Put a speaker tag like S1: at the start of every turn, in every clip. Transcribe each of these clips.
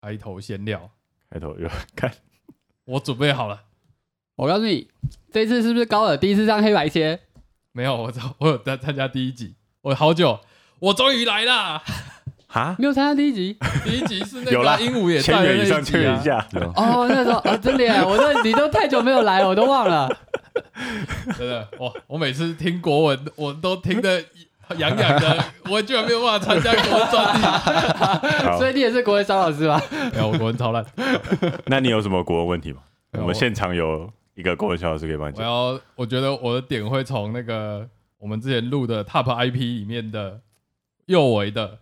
S1: 开头闲聊，
S2: 开头有看，
S1: 我准备好了。
S3: 我告诉你，这次是不是高尔第一次上黑白切？
S1: 没有，我我有参参加第一集，我好久，我终于来啦！
S2: 哈，
S3: 没有参加第一集
S1: 第一集是那
S2: 有啦
S1: 个鹦鹉也在
S2: 千
S1: 的
S2: 元以
S1: 那
S2: 上，
S1: 一
S2: 千
S1: 集
S2: 元以
S1: 啊，
S2: 下，
S3: 哦，那时候哦，真的耶，我都你都太久没有来，我都忘了。
S1: 真的，我我每次听国文，我都听得痒痒的，我居然没有办法参加国文 专题。
S2: 好
S3: 所，以你也是国文小老师吧？
S2: 哎
S1: 没有，我国文超烂。
S2: 那你有什么国文问题吗？
S1: 没
S2: 我
S1: 有
S2: 们现场有一个国文小老师可以帮你
S1: 我
S2: 讲。
S1: 要，我觉得我的点会从那个我们之前录的 Top IP 里面的右维的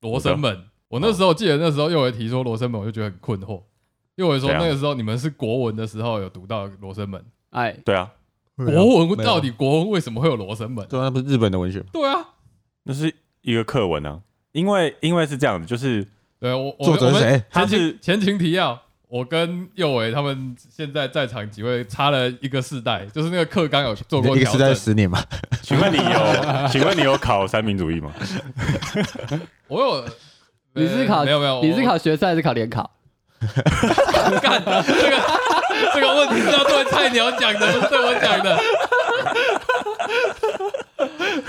S1: 罗生门。我那时候记得那时候右维提说罗生门，我就觉得很困惑。右维说
S2: 怎样
S1: 那个时候你们是国文的时候有读到罗生门，
S3: 哎，
S2: 对啊，
S1: 国文
S4: 没有
S1: 到底国文为什么会有罗生门？
S4: 对啊，那不是日本的文学吗？
S1: 对啊，
S2: 那是一个课文啊，因为因为是这样的，就是
S1: 对啊我我
S4: 作者
S1: 我
S4: 是
S1: 们
S4: 谁？
S2: 他
S1: 前
S2: 是
S1: 情前情提要，我跟右伟他们现在在场几位差了一个世代，就是那个课纲有做过
S4: 一个
S1: 调
S4: 时代
S1: 整。
S4: 十年嘛，
S2: 请问你 有请问你有考三民主义吗？
S1: 我有，
S3: 你是
S1: 呃
S3: 考
S1: 没有没有，
S3: 你是
S1: 我
S3: 考学赛还是考联考？
S1: 干这个 这个问题是要对菜鸟讲的，不是对我 讲的。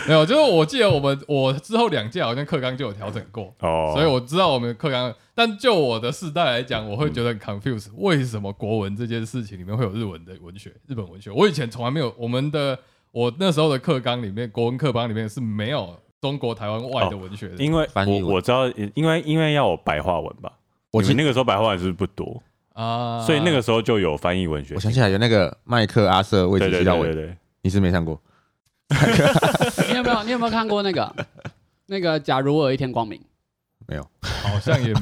S1: 没有，就是我记得我们我之后两届好像课纲就有调整过，
S2: 哦，
S1: 所以我知道我们课纲。但就我的世代来讲，我会觉得很
S4: 嗯
S1: confused，为什么国文这件事情里面会有日文的文学、日本文学？我以前从来没有，我们的我那时候的课纲里面，国文课纲里面是没有中国台湾外的文学的
S2: 因为
S4: 翻译
S2: 我
S4: 文
S2: 我知道，因为因为要有白话文吧，
S4: 我
S2: 你们
S4: 记
S2: 那个时候白话文是不是不多，
S1: 啊，
S4: 哦
S2: 所以那个时候就有翻译文学
S4: 我。想起来有那个麦克阿瑟位
S2: 对
S4: 置
S2: 对
S4: 知
S2: 对
S4: 道
S2: 对
S4: 我，
S2: 对，
S4: 你是没上过？
S3: 你有没有你有没有看过那个那个？假如我有一天光明，
S4: 没有，
S1: 啊好像也没，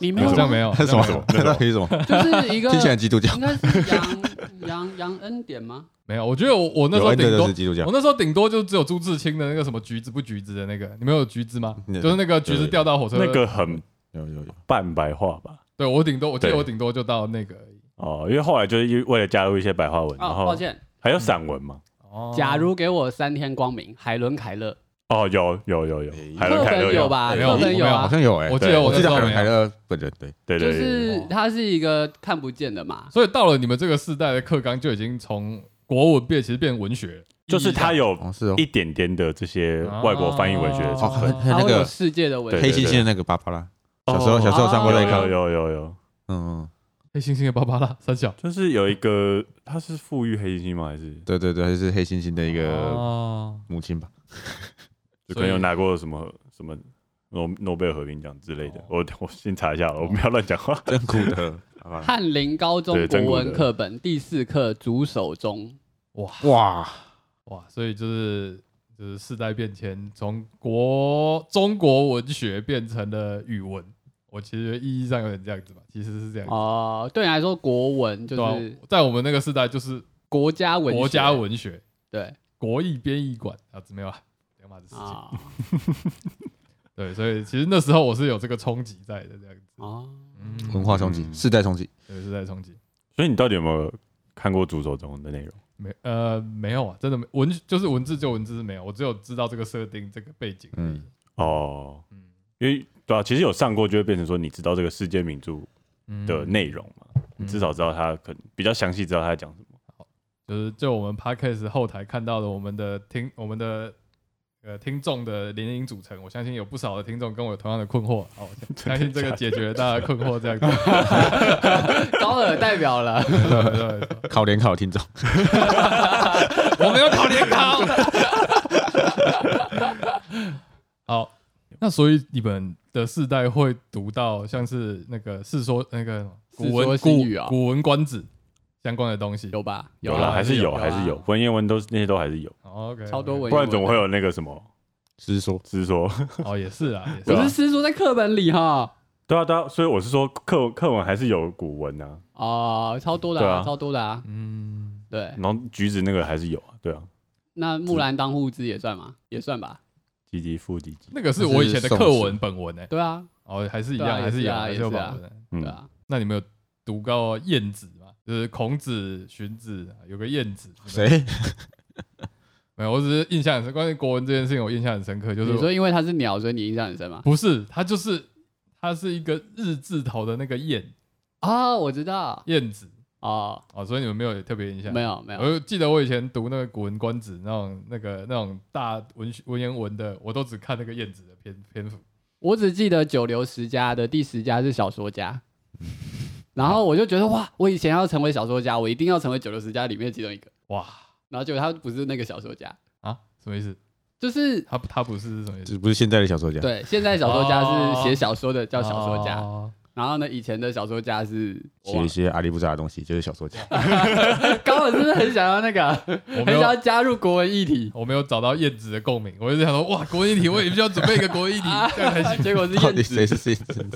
S3: 你没有
S1: 好像
S3: 吗？
S1: 没有，
S4: 那是 什
S1: 好像没有
S4: 么？那到底是什么？
S1: 啊
S3: 就是一个
S4: 听起来很基督教
S3: 应，该是杨杨杨恩典吗？
S1: 没有，我觉得我我那时
S4: 有
S1: 候
S4: 恩德
S1: 顶
S4: 的
S1: 多哦
S4: 是基督教
S1: 我。那时候顶多就只有朱自清的那个什么橘子不橘子的那个，你们有橘子吗？
S4: 嗯
S1: 就是那个橘子掉到火车
S2: 那个很
S4: 有有有，
S2: 半白话吧。
S1: 对我顶多我记得
S2: 对
S1: 我顶多就到那个而已
S2: 哦，因为后来就是因为为了加入一些白话文，然
S3: 哦，抱
S2: 后
S3: 歉，
S2: 还有散文嘛。
S1: 哦
S3: 假如给我三天光明，海伦凯勒
S2: 哦，有有有有
S4: 诶，
S2: 海伦凯勒
S3: 课本有？吧？
S1: 没有
S3: 课本有
S4: 好
S3: 啊，
S4: 像有哎，
S1: 我记
S2: 对
S1: 得我
S4: 我
S1: 那
S4: 知
S1: 时
S4: 道
S1: 候
S4: 海伦
S1: 没
S4: 凯
S1: 有，
S4: 勒本人对，
S2: 对
S3: 就
S2: 对对，
S3: 是
S1: 对
S3: 他是一个看不见的嘛。
S1: 所以到了你们这个世代的课纲就已经从国文变其实变文学了，
S2: 就是他
S1: 意义
S2: 有
S4: 哦是哦
S2: 一，点点的这些外国翻译文学的
S1: 哦
S2: 成
S4: 哦，还
S2: 分。
S3: 它
S4: 还有那
S3: 会有
S4: 个
S3: 世界的文
S2: 对
S3: 学，
S4: 黑猩猩的那个芭芭拉，小时候小时候上过
S2: 有
S4: 那
S3: 哦
S2: 有
S4: 课，
S2: 有有有，
S4: 嗯，嗯
S1: 黑猩哎猩的芭芭拉三小
S2: 就是有一个他是富裕黑猩猩吗？还是
S4: 对对对，就是黑猩猩的一个
S1: 哦，
S4: 母 亲吧，
S2: 就可能有
S1: 所以
S2: 拿过什么什么诺诺贝尔和平奖之类的
S1: 哦？
S2: 我我先查一下，我们不要乱讲话。
S4: 真苦的芭芭拉
S3: 翰林高中
S2: 对
S3: 国
S2: 真古的
S3: 文课本第四课主手中，
S4: 哇，
S1: 哇，所以就是就是世代变迁，从国中国文学变成了语文，我其实意义上有点这样子吧，其实是这样子。
S3: 哦，对你来说，国文就
S1: 对啊
S3: 是
S1: 在我们那个时代就是
S3: 国家文学，
S1: 国家文学、
S3: 对
S1: 国艺编译馆啊，怎么样啊？两码子事情。
S3: 啊
S1: 对，所以其实那时候我是有这个冲击在的，这样子。
S3: 哦，
S1: 嗯，
S4: 文化冲击，
S2: 嗯
S4: 世代冲击，
S1: 对，是在冲击。
S2: 所以你到底有没有看过《主手中》的内容？
S1: 没呃没有啊，真的没文就是文字就文字是没有，我只有知道这个设定这个背景而已。
S2: 哦，
S1: 嗯
S2: 因为对啊，其实有上过就会变成说，你知道这个世界名著
S1: 嗯
S2: 的内容嘛，你至少知道他可能比较详细知道他在讲什么。
S1: 就是就我们 podcast 后台看到的，我们的听我们的呃听众的年龄组成，我相信有不少的听众跟我有同样的困惑。哦，我相信这个解决大家的困惑，这样子。
S3: 高尔代表了，
S1: 对对对
S4: 考联考的 听众，
S1: 我没有考联考。好，那所以你们的世代会读到像是那个《世说》那个古
S3: 世说
S1: 文
S3: 新
S1: 古
S3: 语啊
S1: 古文观止相关的东西。
S3: 有吧？
S1: 有啊
S2: 啦，
S3: 啊，
S2: 还是有，
S1: 有啊
S2: 还是有文言文都是那些都还是有，
S1: 哦 OK，
S3: 超多文啊
S2: 不然怎么会有那个什么？
S4: 是说
S2: 是说，
S1: 哦，也是啊，也
S3: 我
S1: 是
S3: 是
S1: 啊。
S3: 师说在课本里哈，
S2: 对啊对啊，所以我是说课课文还是有古文啊，
S3: 哦，超多的
S2: 对
S3: 啊，
S2: 啊
S3: 超多的啊，
S1: 嗯，
S3: 对。
S2: 然后橘子那个还是有啊，对啊，
S3: 那木兰当户织也算吗？也算吧。
S2: 积极负积极，
S1: 那个是我以前的课文本文诶，
S3: 对啊，
S1: 哦，还是一
S3: 对啊
S1: 样，还是一样，还
S3: 也
S1: 是
S3: 是啊
S1: 有
S3: 也是
S1: 本
S3: 啊
S1: 文的。
S3: 对
S2: 嗯，
S3: 啊，
S1: 那你们有读到《晏子》吗？就是孔子、荀子有个晏子，你们
S4: 谁？
S1: 没有？我只是印象很深，关于国文这件事情，我印象很深刻，就
S3: 你
S1: 是
S3: 说因为它是鸟，所以你印象很深吗？
S1: 不是，他就是它是一个日字头的那个燕
S3: 啊，我知道
S1: 燕子
S3: 哦，
S1: 哦，所以你们没有特别印象？
S3: 没有没有，
S1: 我记得我以前读那个《古文观止》那种、那个、那种大文学文言文的，我都只看那个燕子的篇篇幅。
S3: 我只记得九流十家的第十家是小说家，然后我就觉得哇，我以前要成为小说家，我一定要成为九流十家里面其中一个，
S1: 哇
S3: 然后结果他不是那个小说家，
S1: 啊，什么意思？
S3: 就是
S1: 他他不是是什么意思？
S4: 这不是现在的小说家，
S3: 对，现在小说家是写小说的叫小说家，
S1: 哦
S3: 然后呢，以前的小说家是
S4: 写一些阿里不扎的东西就是小说家。
S3: 高尔是不是很想要那个，
S1: 我
S3: 很
S1: 没
S3: 想要
S1: 有
S3: 加入国文议题？
S1: 我没有找到燕子的共鸣，我就想说哇，国文议题我也需要准备一个国文议题，这样才行。
S3: 结果是
S4: 到
S3: 燕
S4: 底谁
S3: 子。
S4: 是谁是？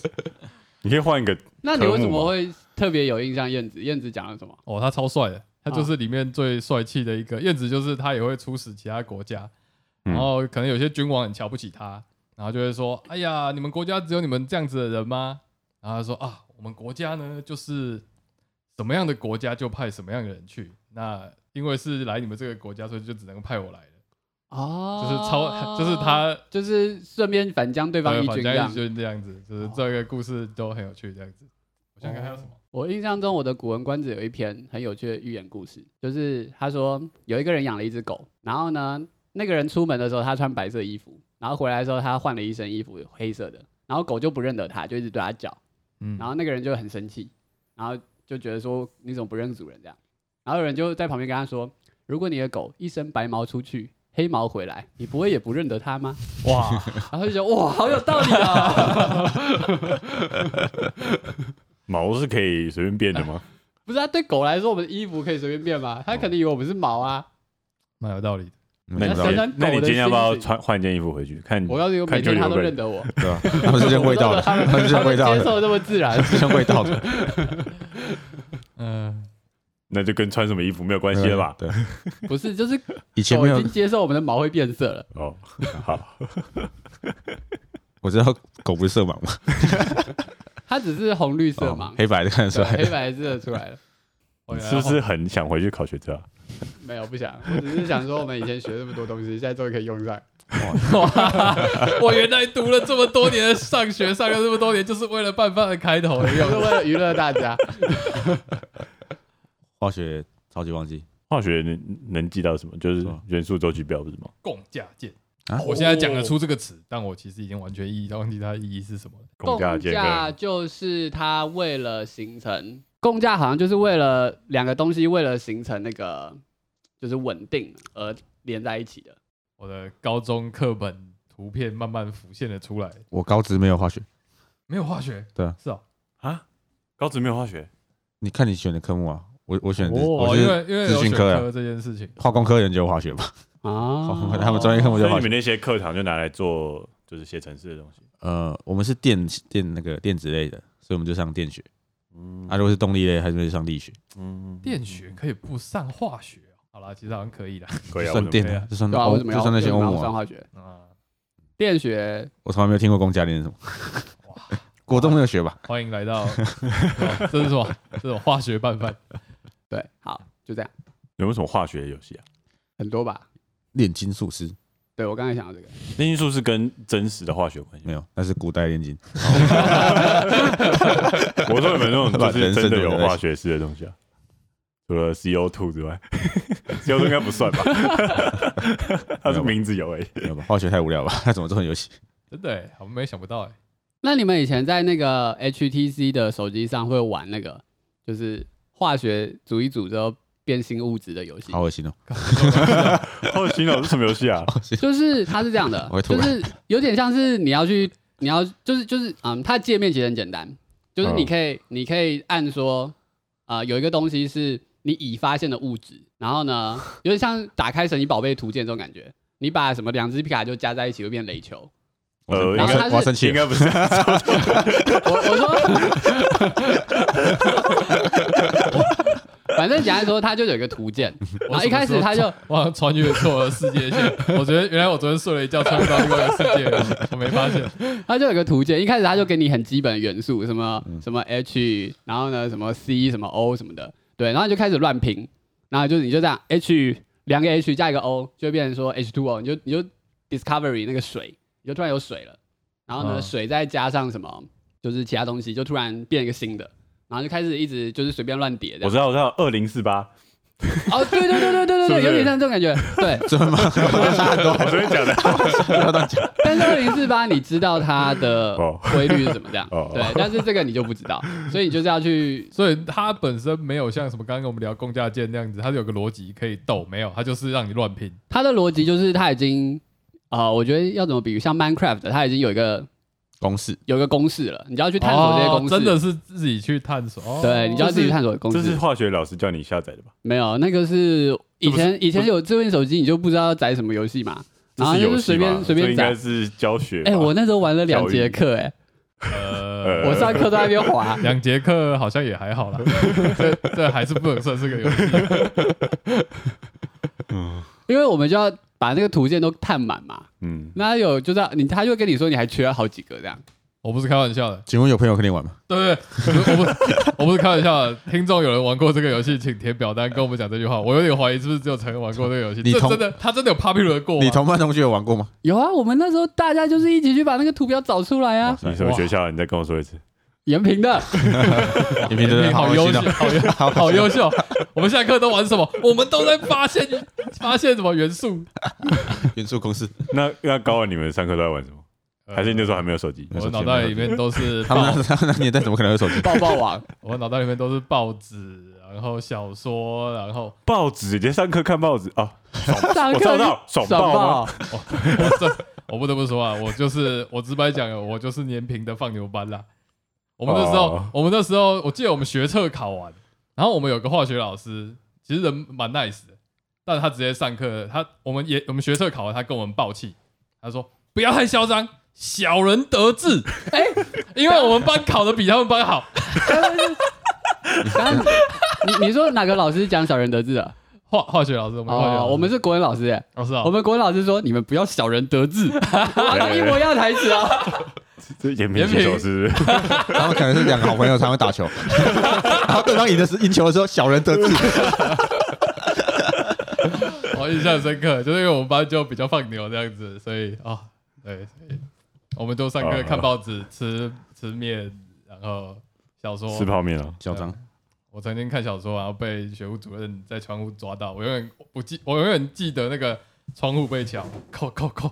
S2: 你可以换一个，
S3: 那你为什么会特别有印象燕子？燕子讲了什么？
S1: 哦，他超帅的，他
S3: 嗯
S1: 就是里面最帅气的一个。燕子就是他也会出使其他国家，
S2: 嗯
S1: 然后可能有些君王很瞧不起他，然后就会说：“哎呀，你们国家只有你们这样子的人吗？”然后他说：“啊，我们国家呢，就是什么样的国家就派什么样的人去。那因为是来你们这个国家，所以就只能派我来了。
S3: 哦，
S1: 就是超，就是，他
S3: 就是顺便反将对方
S1: 呃
S3: 一
S1: 反
S3: 军这
S1: 正
S3: 样。哦
S1: 就是这样子，就是这个故事都很有趣，这样子。我想看还有什
S2: 哦
S1: 么？
S3: 我印象中，我的《古文观止》有一篇很有趣的寓言故事，就是他说有一个人养了一只狗，然后呢，那个人出门的时候他穿白色衣服，然后回来的时候他换了一身衣服黑色的，然后狗就不认得他，就一直对他叫，
S1: 嗯
S3: 然后那个人就很生气，然后就觉得说你怎么不认主人这样，然后有人就在旁边跟他说，如果你的狗一身白毛出去，黑毛回来，你不会也不认得它吗？
S1: 哇，
S3: 然后就觉得哇，好有道理啊！
S2: 毛是可以随便变的吗？
S3: 不是啊，对狗来说，我们的衣服可以随便变吗？它可能以为我们是毛啊。
S1: 蛮有道理的。
S4: 那
S2: 那
S4: 你
S2: 你今天那你
S3: 想想
S4: 知道对
S3: 狗的
S2: 今天要不要
S3: 心情
S2: 穿换一件衣服回去？看
S3: 我告诉你，我每
S2: 嗯看九
S3: 天它
S2: 牛
S3: 都
S2: 鬼
S3: 认得我，
S4: 吧？他们是认味 道的，他们是
S3: 它
S4: 认味
S3: 们
S4: 道
S3: 接
S4: 的，
S3: 受这么自 然。
S4: 是认味道 的，
S1: 嗯，
S2: 那就跟穿什么衣服没有关系了吧？
S4: 对，
S3: 不是，就是狗
S4: 以前没
S3: 哦已
S4: 有
S3: 经，接受我们的毛会变色了。
S2: 哦， 好，
S4: 我知道狗不是色盲嘛，
S3: 它只是红绿色
S4: 哦
S3: 盲，
S4: 黑白的看得出
S3: 对
S4: 来
S3: 黑。白字的出来了。
S1: 我
S2: 你
S1: 原来
S2: 是不是很想回去考学测啊？
S3: 没有，不想，我只是想说，我们以前学那么多东西，现在终于可以用上。
S1: 哇！ 我原来读了这么多年的上学，上了这么多年，就是为了拌饭的开头而已。
S3: 就是为了娱乐大 家。
S4: 化学超级忘记，
S2: 化学能能记到什么？就是
S4: 是吧
S2: 元素周期表不是吗？
S1: 共价键
S4: 啊
S1: 我现在讲得出这个词，但我其实已经完全意义忘记它的意义是什么了。
S2: 共价键
S3: 价
S2: 跟
S3: 就是它为了形成共价，好像就是为了两个东西为了形成那个就是稳定而连在一起的。
S1: 我的高中课本图片慢慢浮现了出来，
S4: 我高职没有化学，
S1: 没有化学，
S4: 对啊
S1: 是哦，
S2: 啊，高职没有化学，你
S4: 你看你选的科目啊，我我选的
S1: 哦
S4: 我
S1: 因
S4: 是
S1: 为因为
S4: 资
S1: 有
S4: 讯啊
S1: 选
S4: 科呀
S1: 科这件事情，
S4: 化工科人就有化学吧，化工科
S3: 啊，
S4: 哦他们专业科目
S2: 所
S4: 就
S2: 以
S4: 化
S2: 你
S4: 学
S2: 们。那些课堂就拿来做就是写程式的东西。
S4: 呃，我们是电电那个电子类的，所以我们就上电学。
S2: 嗯
S4: 啊，如果是动力类，还是会上力学，
S2: 嗯，
S1: 电学可以不上化学哦。好啦，其实好像可以 啦。
S2: 可以啊，为什
S4: 算
S2: 么
S4: 电
S1: 可以
S4: 的
S1: 啊，
S4: 就算
S3: 对啊，为
S4: 嗯欧
S3: 什么
S4: 就
S3: 要
S4: 算那些欧
S3: 为什么
S4: 姆
S3: 要上
S4: 啊。
S3: 化学？
S1: 啊，
S3: 电学
S4: 我从来没有听过公家练什么，国中没有学吧？
S1: 欢迎来到，哦这是什么？这种化学拌饭。
S3: 对，好，就这样，
S2: 有没有什么化学游戏啊？
S3: 很多吧。
S4: 炼金术师
S3: 对我刚才想到这个，
S2: 炼金术是跟真实的化学有关系吗
S4: 没。有，那是古代炼金。
S2: 我说有没有那种
S4: 把
S2: 就是
S4: 人
S2: 真
S4: 生
S2: 的
S4: 的
S2: 有
S4: 东西
S2: 化学式的东西啊？除了 CO two 之外，CO two 应该不算吧？它是名字有诶、
S4: 没有吧？化学太无聊吧？ 那怎么做游戏？
S1: 真的欸，我 没想不到 哎，
S3: 那你们以前在那个 HTC 的手机上会玩那个，就是化学组一组之后变新物质的游戏
S4: 好？恶心哦！
S2: 好奇脑是什么游戏啊？
S3: 就是它是这样的
S4: 我会，吐
S3: 就是有点像是你要去，你要就是就是嗯，它的界面其实很简单，就是
S4: 嗯
S3: 你可以、你可以按说，啊，有一个东西是你已发现的物质，然后呢，有点像打开神奇宝贝图鉴这种感觉，你把什么两只皮卡丘加在一起会变垒球。
S4: 我生
S2: 呃
S4: 我
S2: 然
S4: 要
S2: 后
S4: 生
S3: 它是
S4: 我要生气
S2: 应
S4: 了，
S2: 该不是，
S3: 我我 说，反正简单说，它就有一个图鉴，然后一开始它就
S1: 我好像穿越错了世界线。我觉得原来我昨天睡了一觉，穿越到另外一个世界了，我没发现。
S3: 它就有一个图鉴，一开始它就给你很基本的元素，什么
S2: 嗯
S3: 什么 H，然后呢什么 C，什么 O 什么的，对，然后你就开始乱拼，然后就是你就这样 H 两个 H 加一个 O 就会变成说 H2O，你就你就 discovery 那个水，你就突然有水了，然后呢、
S1: 嗯
S3: 水再加上什么就是其他东西就突然变一个新的，然后就开始一直就是随便乱叠这
S2: 我
S3: 样
S2: 知。道，我知道，二零四八，
S3: 哦，对对对对对对
S2: 是不
S3: 对，
S2: 是
S3: 有点像这种感觉。对，
S4: 真的吗？
S2: 我 昨天讲的，
S4: 不要乱讲。
S3: 但是二零四八你知道它的
S2: 哦
S3: 规律是怎么这样
S2: 哦，
S3: 对，但是这个你就不知道，所以你就是要去
S1: 所以它本身没有像什么刚刚我们聊共价键那样子，它是有个逻辑可以斗，没有，它就是让你乱拼。
S3: 它的逻辑就是它已经呃，我觉得要怎么比喻，像 Minecraft 它已经有一个
S4: 公式
S3: 有一个公式了，你就要去探索这些公式，
S2: 哦
S1: 真的是自己去探索。哦、
S3: 对，你就要自己
S1: 就是
S3: 探索公
S2: 这
S3: 式。
S2: 是化学老师叫你下载的吧？
S3: 没有，那个是以
S2: 这
S3: 前以前有智慧手机，你就不知道要载什么游戏嘛，然后
S2: 这是
S3: 就
S2: 游
S3: 是随
S2: 戏吧
S3: 便随
S2: 这
S3: 便
S2: 应该
S3: 载。
S2: 是教学吧。
S3: 哎、我那时候玩了两
S2: 教育
S3: 节课、哎，
S1: 呃，，
S3: 我上课都在那 边滑
S1: 两节课好像也还好 啦，这这还是不能算是个游戏。
S3: 因为我们就要把那个图鉴都探满嘛。
S2: 嗯，
S3: 那有就是要你，他就会跟你说你还缺好几个这样。
S1: 我不是开玩笑的，
S4: 请问有朋友跟你玩吗？
S1: 对不对？我不我不是开玩笑的。听众有人玩过这个游戏，请填表单跟我们讲这句话。我有点怀疑是不是只有陈玩过这个游戏？
S4: 你
S1: 这
S4: 同
S1: 真的他真的有 popular 过吗？
S4: 你同班同学有玩过吗？
S3: 有啊，我们那时候大家就是一起去把那个图标找出来
S4: 哇
S3: 啊。
S4: 塞
S2: 你什么学校？你再跟我说一次。
S3: 延平的，
S4: 你们真
S1: 你
S4: 的
S1: 好优
S4: 优
S1: 秀，好优
S4: 好哦
S1: 好
S4: 啊好
S1: 优秀。我们下课都玩什么？我们都在发现 发现什么元素？
S4: 元素公式，
S2: 那那高二你们上课都在玩什么？还是你那时候还没有手
S5: 嗯
S2: 机？
S4: 没
S1: 呃我
S4: 手机
S1: 脑袋里面都 是
S4: 他们
S1: 报
S4: 那他们那年代怎么可能有手机？
S3: 抱抱 网，
S1: 我脑袋里面都是报纸，然后小说，然后
S2: 报纸，你在上课看报纸哦，
S3: 上
S2: 我
S3: 课
S2: 知
S3: 就
S2: 道爽
S3: 爽
S2: 爆吗？
S1: 我这 我不得不说啊，我就是我直白讲，我就是年平的放牛班啦。我们那时候，
S2: 哦
S1: 我们那时候，我记得我们学测考完，然后我们有个化学老师，其实人蛮 nice 的，但他直接上课，他我们也我们学测考完，他跟我们爆气，他说不要太嚣张，小人得志。
S3: 哎、
S1: 因为我们班考的比他们班好，
S3: 刚刚你你说哪个老师讲小人得志的？
S1: 化化学老师，我们化学老
S3: 哦，
S1: 师，
S3: 我们是国文老师、哎
S1: 老师啊，
S3: 我们国文老师说你们不要小人 得志，哇一模一样台词啊。
S2: 这延平棋手是不是？
S4: 他们可能是两个好朋友，他们打球，然后对方赢的是赢球的时候，小人得志。
S1: 我印象深刻，就是因为我们班就比较放牛这样子，所以哦，对，所以我们都上课
S2: 哦
S1: 看报纸、吃吃面，然后小说。
S2: 吃泡面啊？
S4: 嚣张，
S1: 我曾经看小说，然后被学务主任在窗户抓到，我永远不记，我永远记得那个窗户被敲，扣扣扣，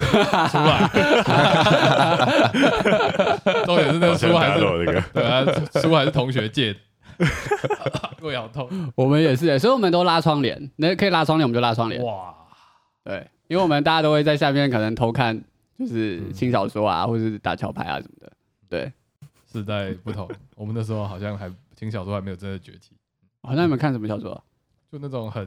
S1: 出来。重点是那
S2: 好
S1: 个
S2: 像
S1: 书
S2: 大
S1: 还
S2: 家都
S1: 是
S2: 有 这个。
S1: 对啊，书还是同学借的， 啊胃好痛
S3: 我们也是、哎所以我们都拉窗帘，那可以拉窗帘我们就拉窗帘。
S1: 哇！
S3: 对，因为我们大家都会在下面可能偷看，就是
S1: 嗯
S3: 轻小说啊，或者是打桥牌啊什么的。对，
S1: 世代不同，我们那时候好像还听小说还没有真的崛起，
S3: 好、那你们看什么小说？
S1: 就那种很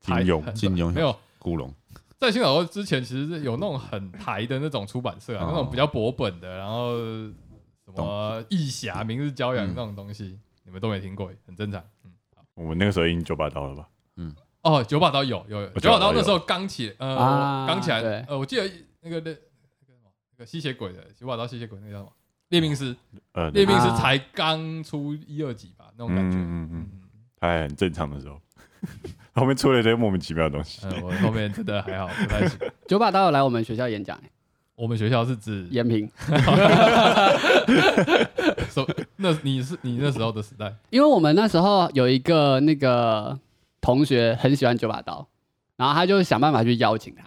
S2: 金
S1: 台
S2: 庸
S1: 很
S4: 金庸
S1: 没有
S4: 古龙，
S1: 在新小说之前，其实是有那种很台的那种出版社啊，
S4: 哦
S1: 那种比较薄本的，然后什么
S4: 懂
S1: 义侠、明日骄阳
S4: 嗯
S1: 那种东西，你们都没听过，很正常。嗯，
S2: 我们那个时候已经九把刀了吧？
S1: 哦，九把刀有有有，
S2: 哦
S1: 九把刀
S2: 九把刀有
S1: 那时候刚起，呃，
S3: 啊
S1: 我刚起来
S3: 对，
S1: 呃，我记得那个那那个什么那个吸血鬼的九把刀吸血鬼那个叫什么？猎命师，
S2: 嗯，
S1: 猎命师
S3: 啊
S1: 才刚出一二集吧，那种
S2: 嗯
S1: 感觉。
S2: 嗯嗯，
S1: 嗯
S2: 他还很正常的时候， 后面出了一堆莫名其妙的东西。
S1: 嗯，我后面真的还好，不太行。
S3: 九把刀有来我们学校演讲、哎
S1: 我们学校是指
S3: 延平，
S1: 什么？那你是你那时候的时代
S3: 因为我们那时候有一个那个同学很喜欢九把刀，然后他就想办法去邀请他，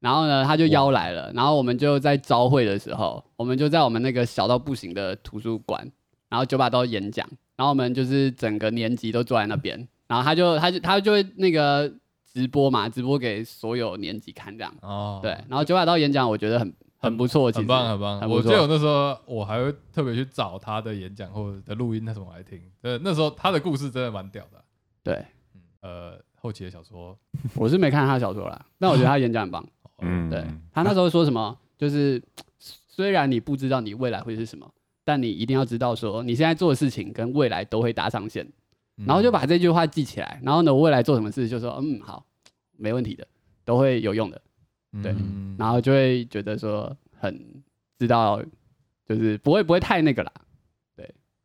S3: 然后呢他就邀来了，然后我们就在招会的时候，我们就在我们那个小到不行的图书馆，然后九把刀演讲，然后我们就是整个年级都坐在那边，然后他就他就他就会那个直播嘛，直播给所有年级看这样，
S1: 哦，
S3: 对，然后九把刀演讲我觉得很很不错，其
S1: 很
S3: 实
S1: 棒很棒。
S3: 很
S1: 我
S3: 不
S1: 记得我
S3: 错，
S1: 那时候我还会特别去找他的演讲或者的录音，那什么来听。呃，那时候他的故事真的蛮屌的。
S3: 对，
S1: 嗯，呃，后期的小说，
S3: 我是没看他的小说啦，但我觉得他演讲很棒。
S1: 哦
S2: 嗯，
S3: 对他那时候说什么，就是虽然你不知道你未来会是什么，但你一定要知道说你现在做的事情跟未来都会搭上线，
S1: 嗯
S3: 然后就把这句话记起来。然后呢，我未来做什么事就说嗯好，没问题的，都会有用的。对
S1: 嗯
S3: 然后就会觉得说很知道，就是不会不会太那个啦，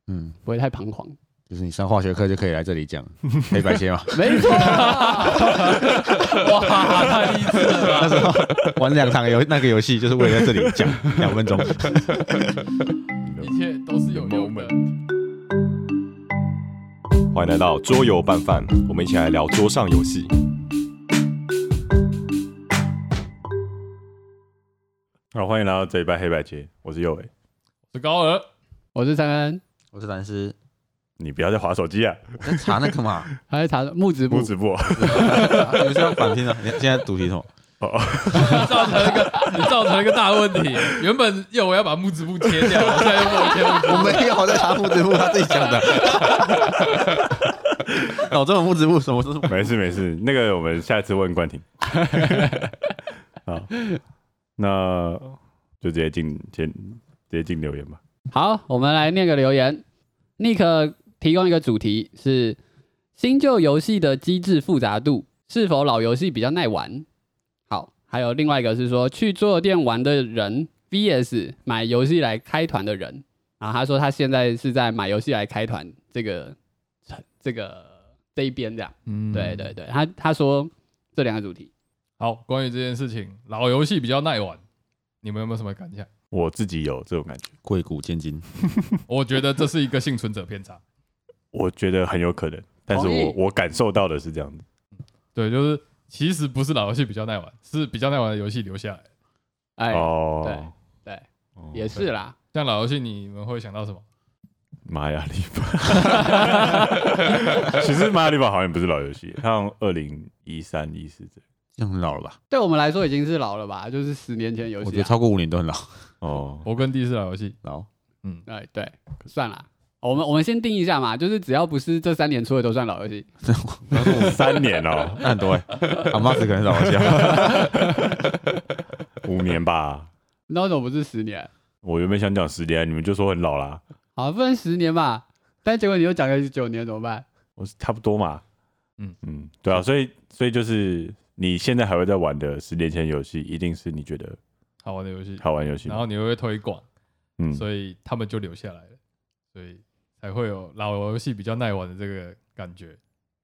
S4: 嗯，
S3: 不会太彷徨。
S4: 就是你上化学课就可以来这里讲黑白切嘛。
S3: 没错 啊，
S1: 哇，太励志了吧！
S4: 那时候玩两场游那个游戏，就是为了在这里讲两分钟。
S2: 对
S1: 一切都是有用的。
S5: 欢迎来到桌游拌饭，我们一起来聊桌上游戏。
S2: 好，欢迎来到这一拜黑白街，我是右伟。
S1: 是高额，
S3: 我是珊珊，
S4: 我是蓝师，
S2: 你不要再划手机啊，
S4: 我在查那干嘛？啊
S3: 还是查木子部
S2: 不直播。
S4: 你们是要反拼的？你现在主题是什么？
S1: 你造成了一个你造成了一个大问题。原本又我要把木质部切掉，我现在又不能切木质
S4: 我没有在查木子部，他自己讲 的。脑中有木子部，什么都是
S2: 没事没事，那个我们下次问冠廷。好，那就直接进先直接进留言吧。
S3: 好，我们来念个留言。Nick 提供一个主题是新旧游戏的机制复杂度，是否老游戏比较耐玩？好，还有另外一个是说去桌游店玩的人 VS 买游戏来开团的人。然后他说他现在是在买游戏来开团这个这个这一边这样。
S4: 嗯
S1: 部。
S3: 对对对，他他说这两个主题。
S1: 好，关于这件事情，老游戏比较耐玩，你们有没有什么感想？
S2: 我自己有这种感觉，
S4: 贵古千金，
S1: 我觉得这是一个幸存者偏差。
S2: 我觉得很有可能，但是
S3: 同意
S2: 我我感受到的是这样子。
S1: 对，就是其实不是老游戏比较耐玩，是比较耐玩的游戏留下来。
S3: 哎，
S2: 哦，
S3: 对对
S2: 哦
S3: 也是啦，
S1: 像老游戏，你们会想到什么？
S2: 玛雅历 法。 其实玛雅历法好像不是老游戏，它像二零一三一四这样。
S4: 这样很老了吧？
S3: 对我们来说已经是老了吧，就是十年前游
S4: 我觉
S3: 戏、
S4: 得
S3: 啊。
S4: 超过五年都很老。
S2: 哦，
S1: 我跟第四老游戏，嗯
S4: 老，
S3: 哎，对，算了，我们我们先定一下嘛，就是只要不是这三年出的都算老游戏。
S2: 三年哦，
S4: 那很多哎、 阿妈子可能老一 些。啊
S2: 五年吧。
S3: 那为什么不是十年？
S2: 我原本想讲十年，你们就说很老啦，
S3: 好，不能十年吧？但结果你又讲个九年，怎么办？
S2: 我是差不多嘛。
S1: 嗯
S2: 嗯，对啊，所以所以就是你现在还会在玩的十年前游戏，一定是你觉得
S1: 好玩的游戏，
S2: 好玩游戏。
S1: 然后你又会推广，
S2: 嗯，
S1: 所以他们就留下来了，所以才会有老游戏比较耐玩的这个感觉。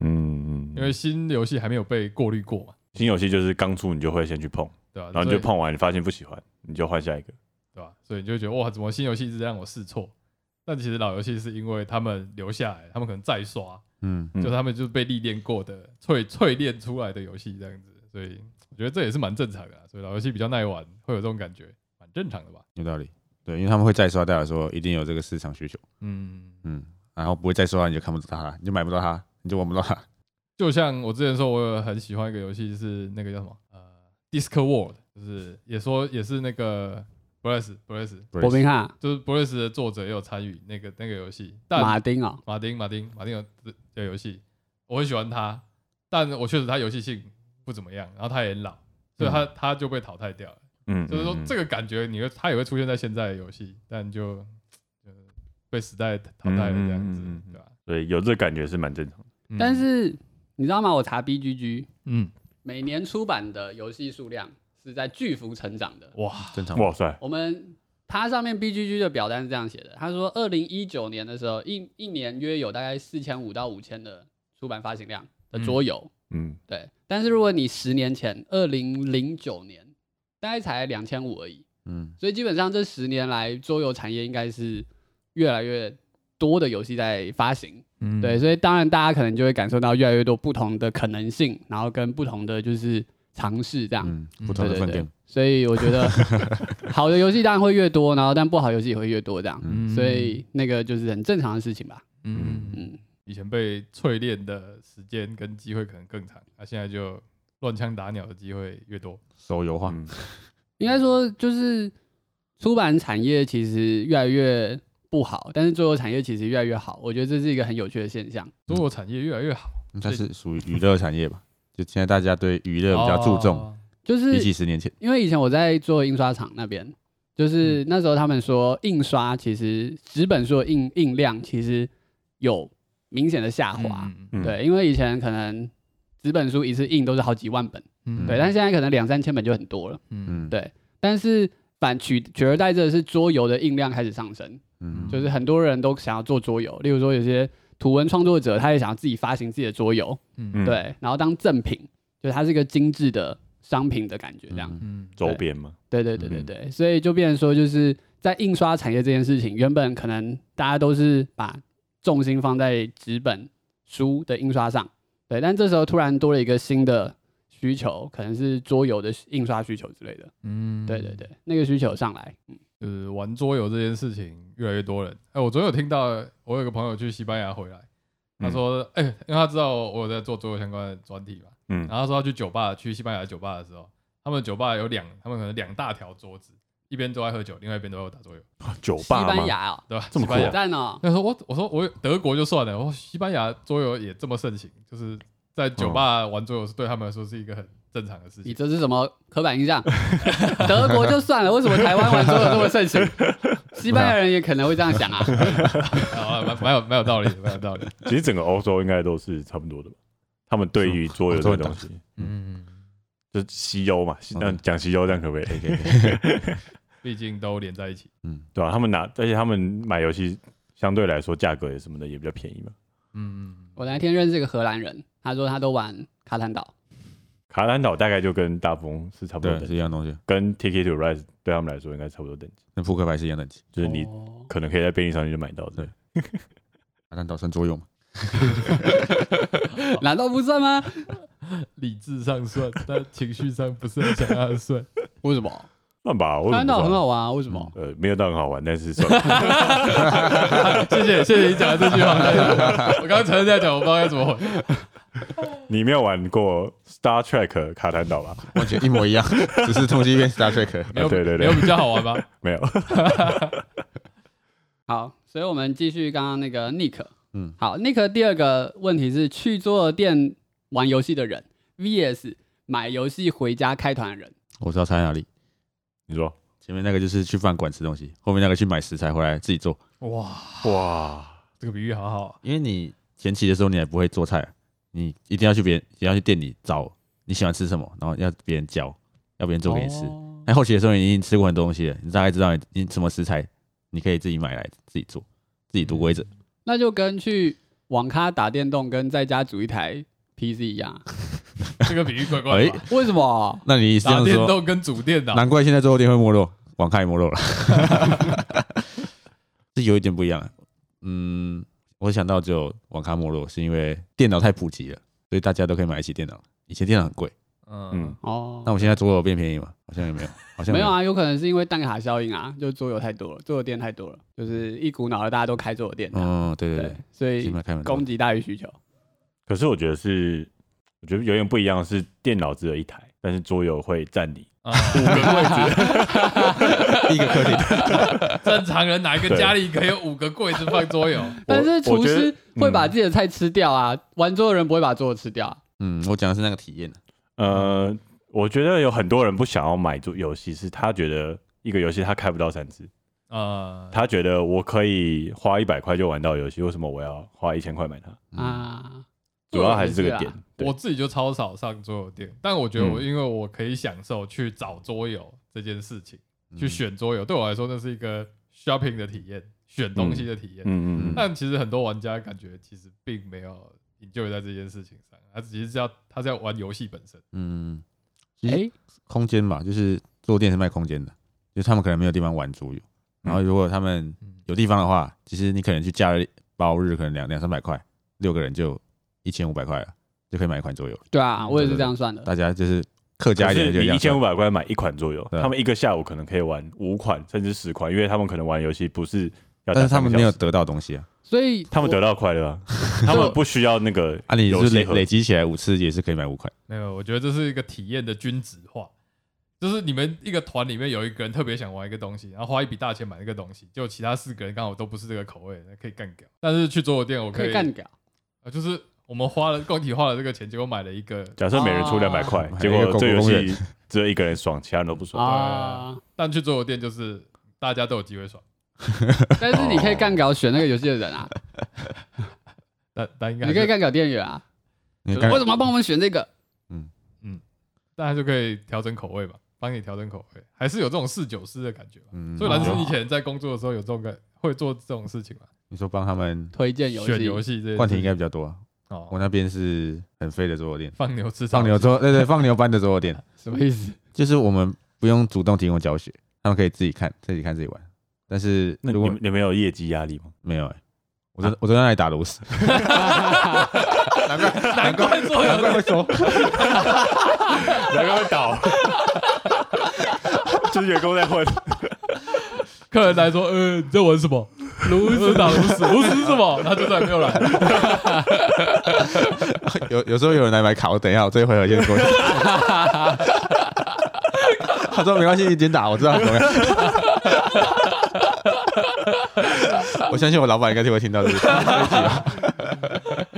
S2: 嗯嗯，
S1: 因为新游戏还没有被过滤过嘛，
S2: 新游戏就是刚出你就会先去碰，
S1: 对吧、
S2: 然后你
S1: 所以
S2: 就，碰完，你发现不喜欢，你就换下一个。
S1: 对吧、所以你就会觉得哇，怎么新游戏一直让我试错？但其实老游戏是因为他们留下来，他们可能再刷，
S4: 嗯，
S2: 嗯
S1: 就他们就是被历练过的淬淬炼出来的游戏这样子，所以我觉得这也是蛮正常的啊、所以老游戏比较耐玩，会有这种感觉，蛮正常的吧？
S4: 有道理。对，因为他们会再刷，代表说一定有这个市场需求。
S1: 嗯，
S4: 嗯，然后不会再刷，你就看不到它了，你就买不到它，你就玩不到它。
S1: 就像我之前说，我有很喜欢一个游戏是那个叫什么呃，Disc World，就是也说也是那个 Brace Brace，
S3: 伯明翰、
S1: 就是 Brace 的作者也有参与那个那个游戏，但
S3: 马丁哦，
S1: 马丁马丁马丁有的游戏，我很喜欢他，但我确实他游戏性不怎么样，然后他也很老，所以他、他就被淘汰掉了。
S2: 嗯，
S1: 就是说
S2: 嗯嗯
S1: 这个感觉你会，它也会出现在现在的游戏，但就呃被时代淘汰了这样子
S2: 嗯嗯嗯嗯，嗯
S1: 对吧？
S2: 对有这感觉是蛮正常的。
S3: 但是你知道吗？我查 BGG
S1: 嗯，
S3: 每年出版的游戏数量是在巨幅成长的。
S1: 哇，
S4: 正常。
S2: 哇塞，
S3: 我们它上面 BGG 的表单是这样写的，他说二零一九年的时候，一一年约有大概四千五到五千的出版发行量的桌游。
S2: 嗯，
S3: 对，但是如果你十年前，二零零九年，大概才两千五而已，
S4: 嗯，
S3: 所以基本上这十年来，桌游产业应该是越来越多的游戏在发行。
S1: 嗯
S3: 对，，所以当然大家可能就会感受到越来越多不同的可能性，然后跟不同的就是尝试这样。
S4: 嗯，
S1: 嗯
S4: 不
S3: 对
S4: 同的
S3: 对
S4: 分
S3: 对
S4: 店。，
S3: 所以 我觉得好的游戏当然会越多，然后但不好游戏也会越多这样，
S1: 嗯
S3: 所以那个就是很正常的事情吧。
S1: 嗯，嗯
S3: 嗯，
S1: 以前被淬炼的时间跟机会可能更长，啊那、现在就乱枪打鸟的机会越多。
S4: 手游化，
S2: 嗯
S3: 应该说就是出版产业其实越来越不好，但是桌游产业其实越来越好，我觉得这是一个很有趣的现象。
S1: 中国产业越来越好，
S4: 应该嗯是属于娱乐产业吧？就现在大家对娱乐比较注重，
S1: 哦
S3: 就是
S4: 比起十年前，
S3: 因为以前我在做印刷厂那边，
S1: 嗯
S3: 就是那时候他们说印刷其实纸本书的印印量其实有明显的下滑，
S1: 嗯嗯
S2: 嗯
S3: 对，因为以前可能纸本书一次印都是好几万本，
S1: 嗯
S3: 对，但是现在可能两三千本就很多了，
S1: 嗯
S4: 嗯，
S3: 对但是反取取而代之的是桌游的印量开始上升。
S4: 嗯，
S3: 就是很多人都想要做桌游，例如说有些图文创作者，他也想要自己发行自己的桌游，
S1: 嗯
S2: 嗯
S3: 对，然后当赠品，就是它是一个精致的商品的感觉，这样，
S4: 嗯
S1: 嗯，
S2: 周边嘛，嗯
S3: 对对对对对，所以就变成说，就是在印刷产业这件事情，原本可能大家都是把重心放在纸本书的印刷上，对，但这时候突然多了一个新的需求，可能是桌游的印刷需求之类的。
S1: 嗯，
S3: 对对，对，那个需求上来，嗯，
S1: 就是玩桌游这件事情越来越多人。哎、我昨天有听到，我有个朋友去西班牙回来，
S2: 嗯
S1: 他说，哎、因为他知道我有在做桌游相关的专题嘛，
S2: 嗯
S1: 然后他说他去酒吧，去西班牙的酒吧的时候，他们酒吧有两，他们可能两大条桌子，一边都在喝酒，另外一边都在打桌游，
S2: 酒
S3: 西
S2: 吧
S3: 班
S2: 吗？
S3: 牙哦，
S1: 对吧？
S2: 这么
S1: 西班
S2: 酷
S1: 牙
S2: 啊
S3: 好赞哦，
S1: 那时候我我说我有德国就算了，我说西班牙桌游也这么盛行，就是在酒吧
S2: 哦
S1: 玩桌游是对他们来说是一个很正常的事
S3: 你
S1: 情。
S3: 这是什么刻板印象？ 德国就算了，为什么台湾玩桌游这么 盛行？西班牙人也可能会这样想啊。
S1: 啊，蛮蛮有蛮有道理的，蛮有道理 的。
S2: 其实整个欧洲应该都是差不多的吧。他们对于桌游这个东西，
S1: 嗯，
S2: 就是西欧嘛，西那
S4: 嗯
S2: 讲西欧这样可不可 以？
S4: 可以可以可以
S1: 毕竟都连在一起。
S4: 嗯
S2: 对吧、他们拿，而且他们买游戏相对来说价格也什么的也比较便宜嘛。
S1: 嗯，
S3: 我那天认识一个荷兰人，他说他都玩卡坦岛，
S2: 卡兰岛大概就跟大风是差不多
S4: 对，
S2: 等
S4: 是
S2: 级，
S4: 一样东西，
S2: 跟 Ticket to Ride 对他们来说应该差不多等级，
S4: 跟扑克牌是一样等级。
S2: 就是你
S3: 哦
S2: 可能可以在便利商店就买到的。
S4: 对啊难道算桌游吗？
S3: 难道不算吗？
S1: 理智上算，但情绪上不是很想让他算。
S3: 为什么？
S2: 算吧，我
S3: 卡
S2: 也不知
S3: 坦
S2: 道
S3: 岛很好玩啊，为什么？
S2: 呃，没有到很好玩，但是算 了。
S1: 谢谢谢谢你讲的这句话，谢谢我刚刚承认在讲，我不知道该怎么回。
S2: 你没有玩过 Star Trek 卡坦岛吧？
S4: 完全一模 一样，只是东西变 Star Trek。
S1: 没有、
S2: 对对对
S1: 没有比较好玩吗？
S2: 没有，
S3: 好，所以我们继续刚刚那个 Nick，嗯
S4: 嗯，
S3: 好，Nick 第二个问题是去桌店玩游戏的人 VS 买游戏回家开团的人，
S4: 我知道差在哪里，
S2: 你说
S4: 前面那个就是去饭馆吃东西，后面那个去买食材回来自己做。
S1: 哇，
S2: 哇，
S1: 这个比喻好好啊。
S4: 因为你前期的时候你还不会做菜，你一定要去别人，也要去店里找你喜欢吃什么，然后要别人教，要别人做给你吃。
S3: 哦
S4: 那后期的时候，你已经吃过很多东西了，你大概知道你你什么食材，你可以自己买来自己做，自己读规则。
S3: 那就跟去网咖打电动跟在家组一台 PC 一样啊，
S1: 这个比喻怪怪的吧。
S3: 为什么？
S4: 那你这
S1: 打
S4: 样
S1: 电
S4: 说，
S1: 动跟主电脑，
S4: 难怪现在最后店会没落，网咖也没 落了，是有一点不一样。嗯，我想到只有网咖没落，是因为电脑太普及了，所以大家都可以买一起电脑。以前电脑很贵，
S1: 嗯
S2: 嗯，
S3: 哦
S4: 那，我现在左右变便宜吗？好像也没有，好像
S3: 没有
S4: 啊。
S3: 啊，有可能是因为蛋挞效应啊，就桌游太多了，桌游店太多了，就是一股脑的大家都开桌游店、啊，
S4: 嗯，对对
S3: 对
S4: 对，，
S3: 所
S4: 起
S3: 以
S4: 码开门
S3: 供给大于需求。
S2: 可是我觉得是，我觉得有点不一样，是电脑只有一台，但是桌游会占你
S1: 啊，
S4: 一个 客厅，
S1: 正常人哪一个家里可以有五个柜子放桌游？
S3: 但是
S2: 我
S3: 厨
S2: 觉得
S3: 师会把
S2: 嗯
S3: 自己的菜吃掉啊，玩桌的人不会把桌游吃掉、啊。
S4: 嗯，我讲的是那个体验
S2: 呃，我觉得有很多人不想要买做游戏，是他觉得一个游戏他开不到三只，
S3: 嗯
S1: 啊，
S2: 他觉得我可以花一百块就玩到游戏，为什么我要花一千块买它？
S4: 啊，
S3: 啊，
S2: 主要还是这个点
S3: 做人也是啊。
S2: 对
S1: 我自己就超少上桌游店，但我觉得我
S2: 嗯
S1: 因为我可以享受去找桌游这件事情，去
S4: 嗯
S1: 选桌游，对我来说那是一个 shopping 的体验，选东西的体验。
S2: 嗯嗯嗯，
S1: 但其实很多玩家感觉其实并没有 enjoy 在这件事情上，他只是要他在玩游戏本身。
S4: 嗯，
S3: 哎、
S4: 其实空间嘛，就是坐垫是卖空间的，就是他们可能没有地方玩桌游，然后如果他们
S1: 嗯
S4: 有地方的话，其实你可能去假日包日可能两两三百块，六个人就一千五百块了，就可以买一款桌游。
S3: 对啊，我也是这样算的。
S4: 大家就是客家
S2: 可
S4: 一点
S2: 是
S4: 的就
S2: 你
S4: 这
S2: 一
S4: 样
S2: 千五
S4: 算，
S2: 百块买一款桌游，
S4: 对
S2: 他们一个下午可能可以玩五款甚至十款，因为他们可能玩游戏不是要打
S4: 但是他们没有
S2: 三个小时，
S4: 得到东西啊，
S3: 所以
S2: 他们得
S3: 我
S2: 到快乐 啊，他们不需要那个
S4: 啊，你就
S2: 游
S4: 是
S2: 戏
S4: 累
S2: 盒
S4: 累积起来五次也是可以买五块，
S1: 没有，我觉得这是一个体验的均值化，就是你们一个团里面有一个人特别想玩一个东西，然后花一笔大钱买那个东西，就其他四个人刚好都不是这个口味，那可以干掉。但是去桌游店，我
S3: 可
S1: 可
S3: 以
S1: 以
S3: 干掉。
S1: 啊，就是我们花了共体花了这个钱，结果买了一个，
S2: 假设每人出
S3: 哦
S2: 两百块，结
S4: 还有一
S2: 果
S4: 个
S2: 这游
S4: 狗狗公
S2: 戏只有一个人爽，其他人都不爽。
S3: 啊！
S1: 但去桌游店就是大家都有机会爽，
S3: 但是你可以干掉选那个游戏的人啊，
S1: 但但应该
S3: 你可以
S1: 还是，
S3: 干掉店员啊。
S4: 你
S1: 对
S4: 看
S3: 为什么要帮我们选这个？
S1: 大家就可以调整口味嘛，帮你调整口味，还是有这种侍酒师的感觉嘛。
S4: 嗯
S1: 所以蓝
S3: 哦
S1: 斯以前在工作的时候有这种感，会做这种事情嘛，
S4: 你说帮他们
S3: 推荐游
S1: 选游戏
S3: 戏，
S1: 这些事情，
S4: 冠廷应该比较多啊，我
S1: 哦，
S4: 那边是很飞的桌游
S2: 哦
S4: 店，
S1: 放牛吃草
S4: 放牛桌，对对，放牛班的桌游店，
S3: 什么意思？
S4: 就是我们不用主动提供教学，他们可以自己看，自己看自己玩，但是
S2: 那
S4: 如
S2: 你
S4: 果
S2: 们你们有业绩压力吗？
S4: 没有哎、我在我在那里打螺 丝，
S1: 难怪难怪说有
S4: 会说，
S2: 难怪会倒， 就是员工在混，
S1: 客人来说，呃，你在玩什么？炉石打炉石，炉石是什么？他就再也没有来。
S4: 有有时候有人来买卡，我等一下，我这一回合先过去。 他说没关系，你先打，我知道怎么 样。我相信我老板应该就会听到这个。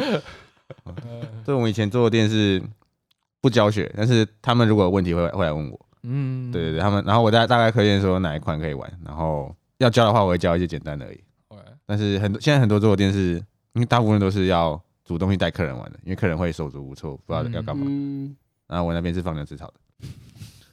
S4: 对，我们以前做的店是不教学，但是他们如果有问题会会来问我。
S1: 嗯，
S4: 对对对，他们，然后我大大概推荐说哪一款可以玩，然后要教的话，我会教一些简单的而已。
S1: OK。
S4: 但是很多现在很多桌游店是，因为大部分都是要煮东西带客人玩的，因为客人会手足无措，不知道要干嘛。
S3: 嗯，
S4: 然后我那边是放牛吃草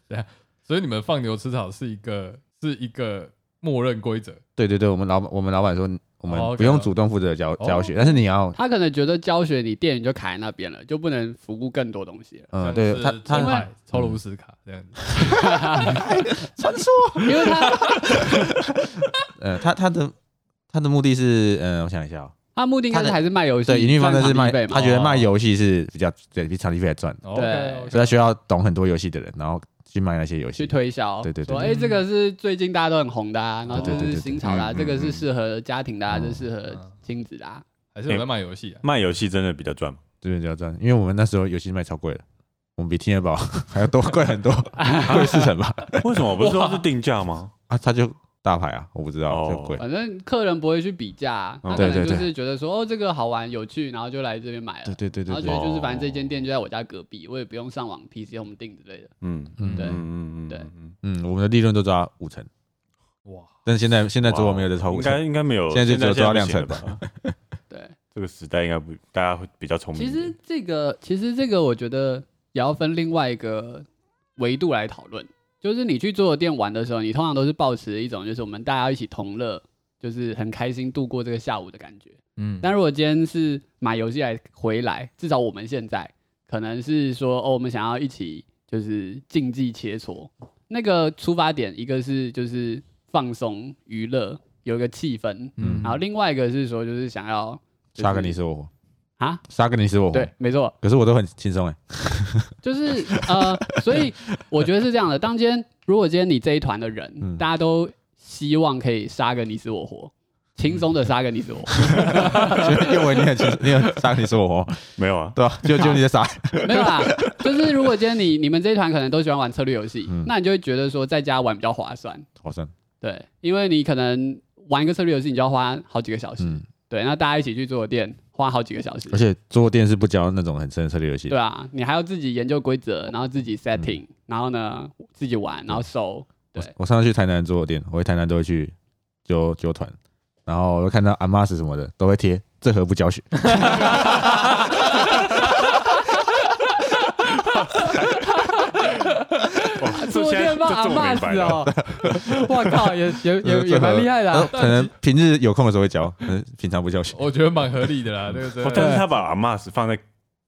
S4: 的，
S1: 所以你们放牛吃草是一个是一个默认规则。
S4: 对对对，我们老板我们老板说
S1: 哦
S4: 我们
S1: ，OK，
S4: 不用主动负责教
S1: 哦
S4: 教学，但是你要
S3: 他可能觉得教学你店员就卡在那边了，就不能服务更多东 西了，
S4: 嗯，对他
S1: 超
S4: 他
S1: 牌超炉石卡这样子。
S3: 因为他
S4: 呃他他的他的目的是嗯，我想一下哦，
S3: 他目的应该是
S4: 他的
S3: 还是卖游戏，
S4: 对，盈利方
S3: 赚
S4: 面是
S3: 场
S4: 卖
S3: 地费，嘛
S4: 他觉得卖游戏是比较对比场地费来赚的，
S1: OK，
S4: 所以他需要懂很多游戏的人，然后去卖那些游
S3: 去
S4: 戏。
S3: 推销，
S4: 对对对
S3: 说
S1: 对
S3: 哎，这个是最近大家都很红的啊，然后
S1: 对对
S3: 这是
S4: 对对
S3: 新潮的啊，
S4: 嗯
S3: 这个
S4: 嗯
S3: 是
S4: 嗯
S3: 适合家庭的啊，
S4: 哦
S3: 这适合亲子的啊，
S1: 嗯还是有在卖游戏啊。
S2: 卖游戏真的比较赚吗？
S4: 对对，就要这样，因为我们那时候游戏卖超贵了，我们比天元宝还要多贵很多，贵四成吧。
S2: 为什么不是说是定价吗？
S4: 啊，他就大牌啊，我不知道，
S2: 哦
S4: 就贵。
S3: 反正客人不会去比价啊，
S2: 嗯
S3: 他可能
S4: 对
S3: 就
S4: 对对
S3: 是觉得说哦这个好玩有趣，然后就来这边买了
S4: 对。对对
S3: 然后
S4: 对
S3: 觉
S4: 对，
S3: 得呃就是
S2: 哦
S3: 反正这间店就在我家隔壁，我也不用上网 PC home 订之类的。
S2: 嗯
S4: 嗯
S3: 对
S2: 嗯
S3: 对
S2: 嗯，
S4: 嗯，我们的利润都抓五成，
S1: 哇，
S4: 但是现在现在桌游没有在超
S2: 应
S4: 五
S2: 该
S4: 成，
S2: 应该没有，
S4: 现在就只有抓两
S2: 现在
S4: 成
S2: 不行了吧？
S3: 对，
S2: 这个时代应该不，大家会比较聪明
S3: 其
S2: 一点。
S3: 实这个其实这个我觉得也要分另外一个维度来讨论，就是你去桌游店玩的时候，你通常都是抱持一种就是我们大家一起同乐，就是很开心度过这个下午的感觉。
S1: 嗯，
S3: 但如果今天是买游戏来回来，至少我们现在可能是说哦，我们想要一起就是竞技切磋，那个出发点一个是就是放松娱乐，有一个气氛，
S1: 嗯
S3: 然后另外一个是说就是想要就是
S4: 杀个你死我活
S3: 啊，
S4: 杀个你死我活。
S3: 对，，没错，
S4: 可是我都很轻松哎。
S3: 就是呃，所以我觉得是这样的。当今天如果今天你这一团的人，
S4: 嗯
S3: 大家都希望可以杀个你死我活，轻松的杀个你死我活，
S4: 因为你很轻，你有杀个你死我活，
S2: 没有 啊，
S4: 对吧？就就你在杀，
S3: 没有啦，就是如果今天你你们这一团可能都喜欢玩策略游戏，
S4: 嗯
S3: 那你就会觉得说在家玩比较划算，
S4: 好算。
S3: 对，因为你可能玩一个策略游戏，你就要花好几个小时，
S4: 嗯，
S3: 对，那大家一起去做店花好几个小时
S4: 而，且桌游店是不教那种很深的策略游戏
S3: 对，啊，你还要自己研究规则，然后自己 setting，、然
S4: 嗯
S3: 后呢自己玩，然后收，对
S4: 我我上次去台南做店，我回台南都会去揪揪团，然后我就看到阿妈是什么的都会贴，这盒不教学，
S2: 哇这
S3: 做
S2: 现在这
S3: 店帮阿
S2: 这我
S3: 骂
S2: 明
S3: 死
S2: 白了。
S3: 哦，我靠，也 也
S4: 这
S3: 也
S4: 盒
S3: 也蛮厉害的、
S4: 呃
S3: 啊，
S4: 可能平日有空的时候会教， 可是平常不教学。
S1: 我觉得蛮合理的啦，这个真
S2: 哦
S1: 的
S2: 但是他把阿玛斯放在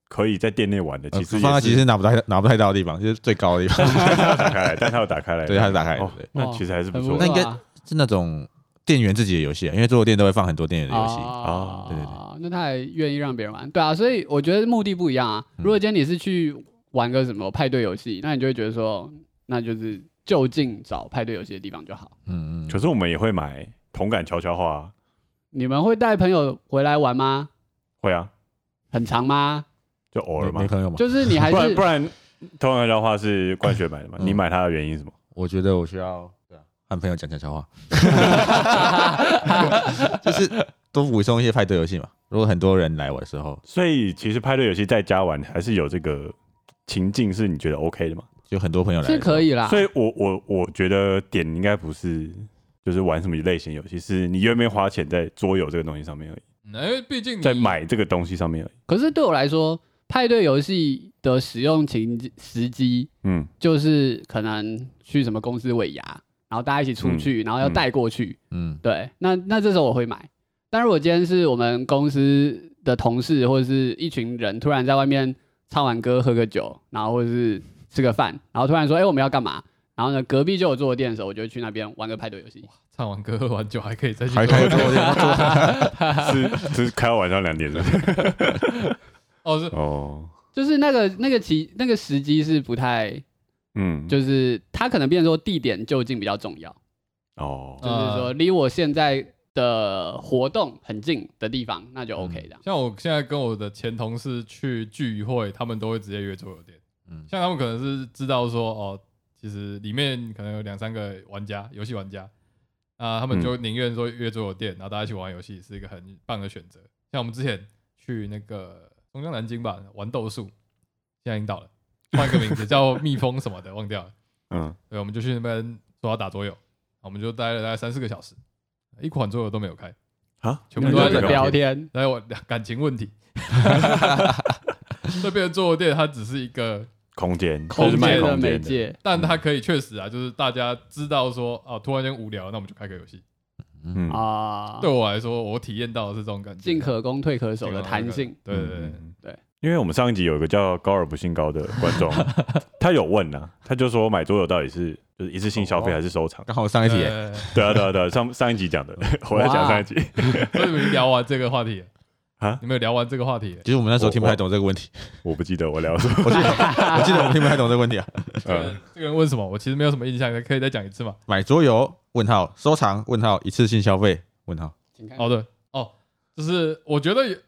S2: 可以在店内玩的，
S4: 呃
S2: 其实
S4: 放
S2: 也
S4: 在
S2: 是
S4: 其实拿不太 拿不太到的地方，就是最高的地方，
S2: 他有打开来，但他有打开来，
S4: 对，它是打开的
S2: 哦，
S4: 对，
S2: 那其实还是不
S3: 很
S2: 错
S4: 呃那
S3: 错
S2: 的。
S4: 应该
S3: 啊
S4: 是那种店员自己的游戏啊，因为桌游店都会放很多店员的游戏，
S3: 哦
S2: 啊
S4: 对对
S3: 那他还愿意让别人玩，对啊，所以我觉得目的不一样啊。
S4: 嗯
S3: 如果今天你是去玩个什么派对游戏，那你就会觉得说，那就是就近找派对游戏的地方就好。
S4: 嗯嗯，
S2: 可是我们也会买同感悄悄话啊，
S3: 你们会带朋友回来玩吗？
S2: 会啊，
S3: 很长吗？
S2: 就偶尔
S4: 没
S2: 嘛
S4: 没。朋友嘛，
S3: 就是你还
S2: 不然
S3: 是
S2: 不然，同感悄悄话是冠学买的嘛？
S4: 嗯
S2: 你买它的原因是什么？
S4: 我觉得我需要对啊，和朋友讲悄悄 话，就是多补充一些派对游戏嘛。如果很多人来我的时候，
S2: 所以其实派对游戏在家玩还是有这个情境是你觉得 OK 的嘛？
S4: 就很多朋友来
S3: 是可
S4: 以，
S3: 以啦。
S2: 所以我我我觉得点应该不是就是玩什么类型游戏，是你愿不愿意花钱在桌游这个东西上面而已，
S1: 嗯因为毕竟你
S2: 在买这个东西上面而已。
S3: 可是对我来说，派对游戏的使用情景时机
S2: 嗯，
S3: 就是可能去什么公司尾牙，然后大家一起出去，然后要带过去。
S4: 嗯，
S3: 对，那那这时候我会买。但如果今天是我们公司的同事或者是一群人突然在外面唱完歌、喝个酒，然后或者是吃个饭，然后突然说：“哎、我们要干嘛？”然后呢，隔壁就有坐的店的时候，我就会去那边玩个派对游戏。
S1: 唱完歌、喝完酒，还可以再去
S6: 还
S1: 做
S6: 可以做这个做
S2: 嗯是是开到晚上两点是不 是？
S1: 哦，是
S2: 哦，
S3: 就是那个那个期那个时机是不太，
S2: 嗯，
S3: 就是它可能变成说地点就近比较重要，
S2: 哦，
S3: 就是说离我现在的活动很近的地方，那就 OK 这样。
S1: 像我现在跟我的前同事去聚会，他们都会直接约桌游店。
S4: 嗯
S1: 像他们可能是知道说，哦，其实里面可能有两三个玩家，游戏玩家，啊，他们就宁愿说约桌游店，然后大家一起玩游戏，是一个很棒的选择。像我们之前去那个中央南京吧玩斗术，现在已经倒了，换一个名字叫蜜蜂什么的，忘掉了。
S2: 嗯，
S1: 对，我们就去那边说要打桌游，我们就待了大概三四个小时，一款桌游都没有开，
S2: 啊，
S1: 全部都在
S2: 那就
S1: 聊
S3: 聊天，
S1: 来我感情问题。这边的桌游店它只是一个，
S2: 空间，
S3: 空
S2: 就是卖
S3: 间的
S2: 空
S3: 媒
S2: 间，
S3: 介，
S1: 但它可以确实啊，就是大家知道说啊，突然间无聊，那我们就开个游戏。
S2: 嗯，
S3: 啊，
S1: 对我来说，我体验到的是这种感觉，
S3: 进可攻退可守的弹性。
S1: 对对对，
S2: 嗯
S3: 对。
S2: 因为我们上一集有一个叫高尔不姓高的观众，他有问啊，他就说买桌游到底是就是一次性消费还是收藏？
S4: 刚好上
S1: 而
S4: 一题 耶，
S1: 且
S2: 对啊，对啊，对啊，上上一集讲的，我在讲上一集，
S1: 所以你们聊完这个话题了
S2: 啊
S1: 你们有聊完这个话题 了？
S4: 其实我们那时候听不太懂这个问题，
S2: 我不记得我聊什么，
S4: 我 记得我记得我们听不太懂这个问题啊。
S1: 这个人这个人问什么？我其实没有什么印象，可以再讲一次嘛？
S4: 买桌游？问号收藏？问号一次性消费？问号
S3: 请看
S1: 哦，对，哦，就是我觉得也，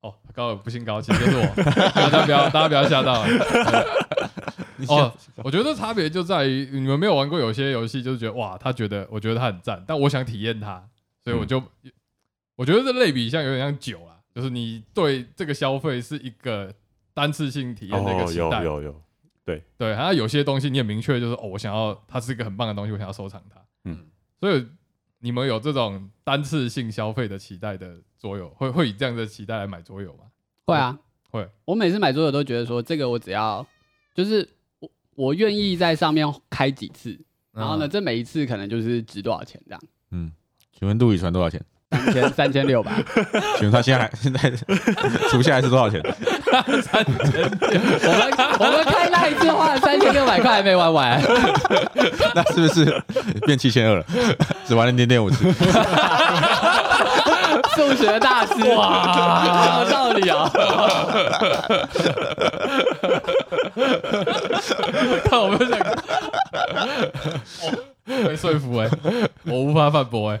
S1: 哦，高尔不姓高，其实就是我， 大家不要，大家不要吓到了。啊哦， 我觉得差别就在于你们没有玩过有些游戏，就是觉得哇，他觉得我觉得他很赞，但我想体验它，所以我就、我觉得这类比像有点像酒啦，就是你对这个消费是一个单次性体验的一个
S2: 哦，
S1: 期
S2: 有
S1: 待，
S2: 有有，
S1: 对，还有有些东西你也明确就是哦，我想要它是一个很棒的东西，我想要收藏它。嗯
S2: 嗯，
S1: 所以你们有这种单次性消费的期待的桌游，会会以这样的期待来买桌游吗？
S3: 会啊，
S1: 会。
S3: 我每次买桌游都觉得说，这个我只要就是我我愿意在上面开几次，然后呢，
S1: 嗯
S3: 这每一次可能就是值多少钱这样，
S4: 嗯，请问陆羽传多少钱？
S3: 三千三千六吧。
S4: 请问他现在还 现在除下来是多少钱？
S3: 我们我们开那一次花了三千六百块还没玩完，
S4: 那是不是变七千二了？只玩了零点五次，
S3: 数学大师哇，有道理啊、
S1: 看我们想， 哦被说服哎、我无法反驳哎、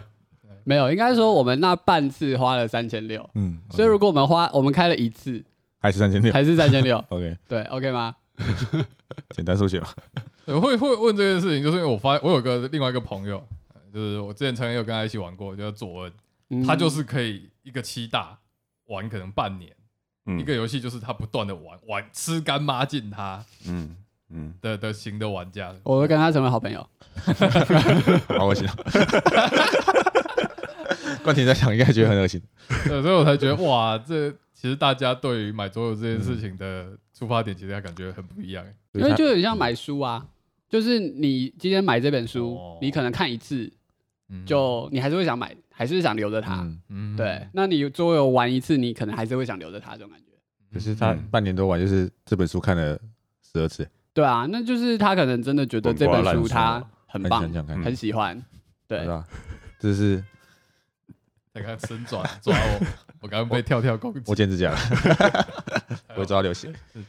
S3: 没有，应该说我们那半次花了三千六，
S4: 嗯，
S3: 所以如果我们花我们开了一次
S4: 还是三千六。
S3: 还是三千六，
S4: OK，
S3: 对，OK 吗？
S4: 简单数学吧。
S1: 对，会会问这件事情，就是因为我发我有个另外一个朋友，呃就是我之前曾经有跟他一起玩过，叫佐恩，
S3: 嗯
S1: 他就是可以一个七大玩可能半年。
S2: 嗯
S1: 一个游戏就是他不断的玩玩吃干抹净他
S2: 嗯嗯，
S1: 的的型的玩家，
S3: 我会跟他成为好朋友。
S4: 好恶心。冠廷在想，应该觉得很恶心。
S1: 对，所以我才觉得哇，这其实大家对于买桌游这件事情的出发点，其实还感觉很不一样。欸
S3: 因为就很像买书啊，就是你今天买这本书，
S1: 哦
S3: 你可能看一次，
S1: 嗯
S3: 就你还是会想买，还是想留着它。
S4: 嗯，
S1: 嗯
S3: 对，那你桌游玩一次，你可能还是会想留着它这种感觉。
S4: 可是他
S1: 嗯
S4: 半年多玩，就是这本书看了十二次，
S3: 对啊，那就是他可能真的觉得
S2: 滚
S3: 这
S2: 瓜
S3: 本
S2: 烂
S3: 书
S2: 熟
S3: 他很
S4: 很
S3: 棒，嗯
S4: 想想嗯看，
S3: 很喜欢。对
S4: 是，吧？这是
S1: 再看伸爪抓我，我刚刚被跳跳攻击
S4: 我，剪指甲了，我会抓到流 血
S2: 嗯
S1: 是。